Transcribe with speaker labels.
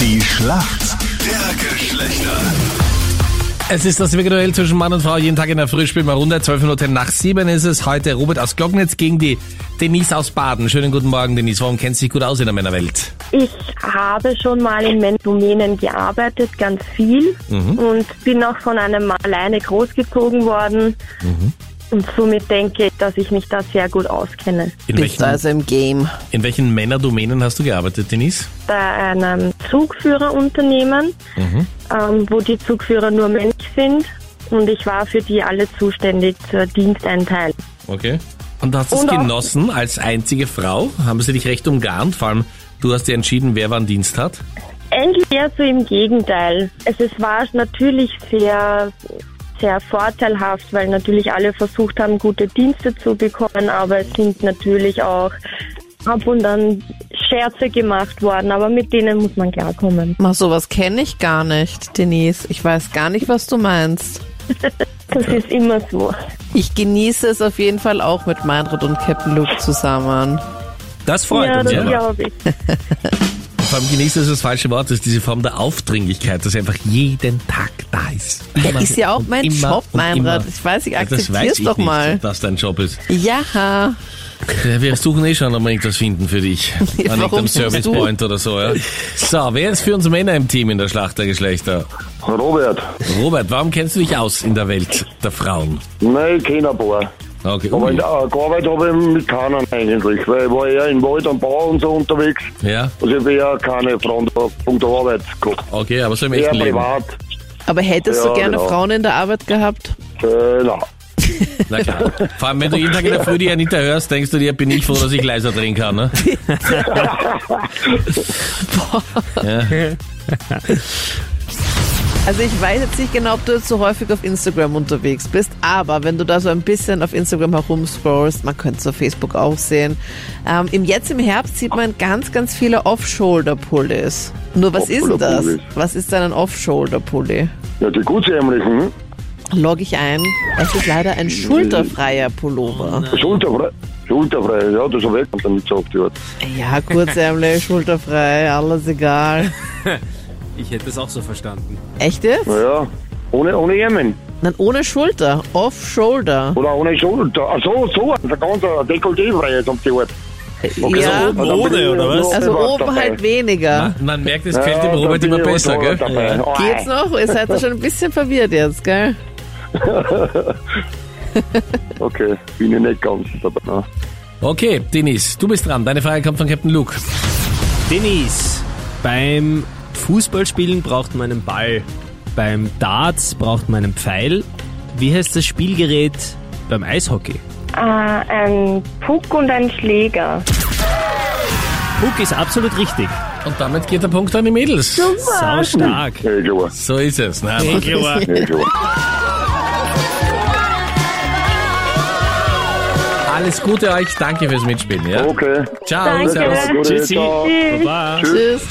Speaker 1: Die Schlacht der Geschlechter.
Speaker 2: Es ist das ewige Duell zwischen Mann und Frau. Jeden Tag in der Früh spielen wir Runde. 12 Minuten nach 7 ist es. Heute Robert aus Glocknitz gegen die Denise aus Baden. Schönen guten Morgen, Denise. Warum kennst du dich gut aus in der Männerwelt?
Speaker 3: Ich habe schon mal in Domänen gearbeitet, ganz viel. Und bin auch von einem Mann alleine großgezogen worden. Und somit denke ich, dass ich mich da sehr gut auskenne.
Speaker 2: In
Speaker 4: Bist
Speaker 2: welchen,
Speaker 4: also im Game.
Speaker 2: in welchen Männerdomänen hast du gearbeitet, Denise?
Speaker 3: Bei einem Zugführerunternehmen, ähm, wo die Zugführer nur männlich sind. Und ich war für die alle zuständig zur Diensteinteilung.
Speaker 2: Okay. Und hast du es
Speaker 3: Und auch-
Speaker 2: genossen als einzige Frau? Haben sie dich recht umgarnt? Vor allem, du hast ja entschieden, wer wann Dienst hat.
Speaker 3: Eigentlich eher so im Gegenteil. Es ist, war natürlich sehr, sehr vorteilhaft, weil natürlich alle versucht haben, gute Dienste zu bekommen, aber es sind natürlich auch ab und an Scherze gemacht worden, aber mit denen muss man klarkommen.
Speaker 4: Mach sowas kenne ich gar nicht, Denise. Ich weiß gar nicht, was du meinst.
Speaker 3: Das ist immer so.
Speaker 4: Ich genieße es auf jeden Fall auch mit Meinrad und Captain Luke zusammen.
Speaker 2: Das freut
Speaker 3: ja,
Speaker 2: uns,
Speaker 3: das
Speaker 2: ja.
Speaker 3: glaube ich.
Speaker 2: Vor allem genießt das das falsche Wort, das ist diese Form der Aufdringlichkeit, dass er einfach jeden Tag da ist. Immer
Speaker 4: ist ja auch
Speaker 2: und
Speaker 4: mein
Speaker 2: immer
Speaker 4: Job,
Speaker 2: und
Speaker 4: mein
Speaker 2: immer.
Speaker 4: Rat. Ich weiß, ich
Speaker 2: Ja, das
Speaker 4: akzeptier's
Speaker 2: weiß ich
Speaker 4: doch
Speaker 2: nicht,
Speaker 4: mal.
Speaker 2: Dass das dein Job ist.
Speaker 4: Ja,
Speaker 2: Ja, Wir suchen eh schon, ob wir irgendwas finden für dich. An
Speaker 4: Warum
Speaker 2: irgendeinem
Speaker 4: suchst
Speaker 2: Service
Speaker 4: du?
Speaker 2: Point oder so, ja. So, wer ist für uns Männer im Team in der Schlacht der Geschlechter?
Speaker 5: Robert,
Speaker 2: Robert, warum kennst du dich aus in der Welt der Frauen?
Speaker 5: nein, ich kenne ein paar.
Speaker 2: Okay, uh,
Speaker 5: Aber
Speaker 2: ui.
Speaker 5: in der äh, Arbeit habe ich mit keinen eigentlich, weil ich war eher im Wald am Bau und so unterwegs.
Speaker 2: Ja,
Speaker 5: Also ich habe eher keine Frauen da von der Arbeit gehabt.
Speaker 2: okay, aber so im
Speaker 5: Eher
Speaker 2: echten Leben.
Speaker 5: privat.
Speaker 4: aber hättest
Speaker 5: Ja,
Speaker 4: du gerne
Speaker 5: genau.
Speaker 4: Frauen in der Arbeit gehabt?
Speaker 5: Äh, nein.
Speaker 2: Na klar. Vor allem, wenn du jeden Tag in der Früh die Anita hörst, denkst du dir, bin ich froh, dass ich leiser drehen kann, ne?
Speaker 4: Also ich weiß jetzt nicht genau, ob du jetzt so häufig auf Instagram unterwegs bist, aber wenn du da so ein bisschen auf Instagram herumscrollst, man könnte es auf Facebook auch sehen, ähm, im, jetzt im Herbst sieht man ganz, ganz viele Off-Shoulder-Pullis. Nur was ist denn das?
Speaker 5: Off-Shoulder-Pullis.
Speaker 4: Was ist denn ein Off-Shoulder-Pulli?
Speaker 5: Ja, die Gutsheimlichen, hm?
Speaker 4: Log ich ein. Es ist leider ein schulterfreier Pullover.
Speaker 5: Schulterfrei. Schulterfrei, ja, das habe ich damit gesagt, ja.
Speaker 4: Ja, kurzärmlich, schulterfrei, alles egal.
Speaker 6: Ich hätte es auch so verstanden.
Speaker 4: Echt jetzt?
Speaker 5: Naja, ohne, ohne Jemen.
Speaker 4: Nein, ohne Schulter. Off-Shoulder.
Speaker 5: Oder ohne Schulter. Ach so, so, ein ganz äh, dekolletéfreies am Tier.
Speaker 2: Also
Speaker 4: Ja,
Speaker 5: ohne, oder was?
Speaker 4: also oben
Speaker 5: äh,
Speaker 4: halt weniger.
Speaker 2: Man merkt, es gefällt dem Robert immer besser, gell?
Speaker 5: Ah,
Speaker 4: Geht's noch? Ihr seid da schon ein bisschen verwirrt jetzt, gell?
Speaker 5: Okay, bin ich nicht ganz dabei. ne?
Speaker 2: Okay, Denise, du bist dran. Deine Frage kommt von Captain Luke.
Speaker 6: Denise, beim Fußballspielen braucht man einen Ball. Beim Darts braucht man einen Pfeil. Wie heißt das Spielgerät beim Eishockey?
Speaker 3: Äh, ein Puck und ein Schläger.
Speaker 6: Puck ist absolut richtig.
Speaker 2: Und damit geht der Punkt an die Mädels.
Speaker 6: Sau stark.
Speaker 5: Ja, klar,
Speaker 2: So ist es. Na, aber-
Speaker 5: ja, klar.
Speaker 2: alles Gute euch. Danke fürs Mitspielen. Ja?
Speaker 5: Okay.
Speaker 2: Ciao.
Speaker 3: Danke.
Speaker 2: Servus.
Speaker 5: Gute,
Speaker 6: Tschüssi.
Speaker 5: ciao.
Speaker 3: Tschüss.
Speaker 6: Baba.
Speaker 4: Tschüss.